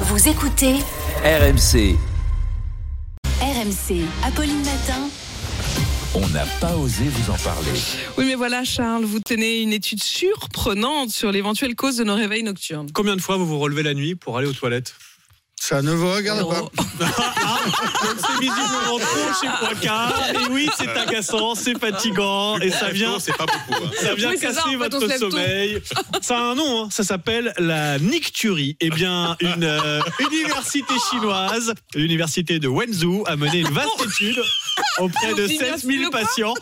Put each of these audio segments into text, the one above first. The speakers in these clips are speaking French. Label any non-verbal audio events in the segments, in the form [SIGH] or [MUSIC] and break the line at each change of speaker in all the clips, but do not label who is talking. Vous écoutez
RMC,
RMC. Apolline Matin.
on n'a pas osé vous en parler.
Oui, mais voilà, Charles, vous tenez une étude surprenante sur l'éventuelle cause de nos réveils nocturnes.
Combien de fois vous vous relevez la nuit pour aller aux toilettes
Ça ne vous regarde
Oh,
pas.
C'est visiblement trop chez Poincar. Et oui, c'est agaçant, c'est fatigant, et ça vient,
c'est pas beaucoup. hein.
ça vient
Oui, c'est
casser
ça, en fait, on se
votre
lève tôt.
sommeil. Ça a un nom, hein, ça s'appelle la nicturie. Eh bien, une euh, université chinoise, l'université de Wenzhou, a mené une vaste étude auprès de
On dégage
16 000
le quoi Ah,
patients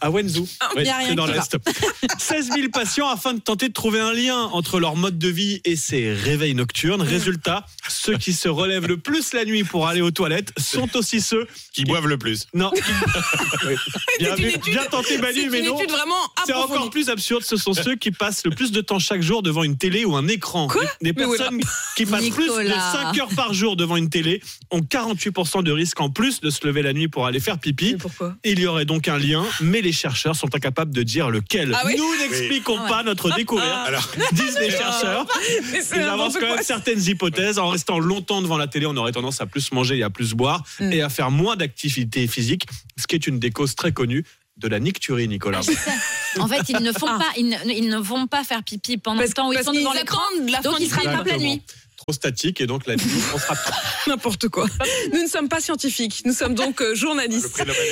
à Wenzhou.
y a
Ouais,
rien
c'est dans
qui
l'Est.
[LAUGHS]
16 000 patients afin de tenter de trouver un lien entre leur mode de vie et ses réveils nocturnes. Résultat, ceux qui se relèvent le plus la nuit pour aller aux toilettes sont aussi ceux
Qui boivent le plus.
non. [LAUGHS]
[LAUGHS]
Oui. bien,
C'est une
vu-
étude-
bien tenté
C'est
Manu, mais
une
non.
étude vraiment
C'est encore
approfondie.
plus absurde, ce sont ceux qui passent le plus de temps chaque jour devant une télé ou un écran.
Quoi
des des
Mais bah,
personnes qui passent plus de
Nicolas.
5 heures par jour devant une télé ont 48% de risque en plus de se lever la nuit pour aller faire
Mais
pipi.
pourquoi
Il y aurait donc un lien, mais les chercheurs sont incapables de dire lequel.
Ah oui
Nous [LAUGHS] n'expliquons
Ah ouais.
pas notre découverte,
Alors,
disent les chercheurs.
[LAUGHS] Mais Ah, c'est
Ils
n'importe
avancent quand
quoi.
même certaines hypothèses. En restant longtemps devant la télé, on aurait tendance à plus manger et à plus boire
Mm.
et à faire moins d'activité physique, ce qui est une des causes très connues de la nicturie, Nicolas.
En fait, ils ne font
Ah.
pas, ils ne, ils ne vont pas faire pipi pendant
Parce-
le temps où ils
parce
sont
qu'ils
devant l'écran.
attendent la
Donc
fin
ils
du
se rattrapent la
Exactement.
nuit.
Trop statique et donc la nuit, on sera
[LAUGHS]
n'importe quoi. Nous ne sommes pas scientifiques, nous sommes donc euh,
le
journalistes.
prix Nobel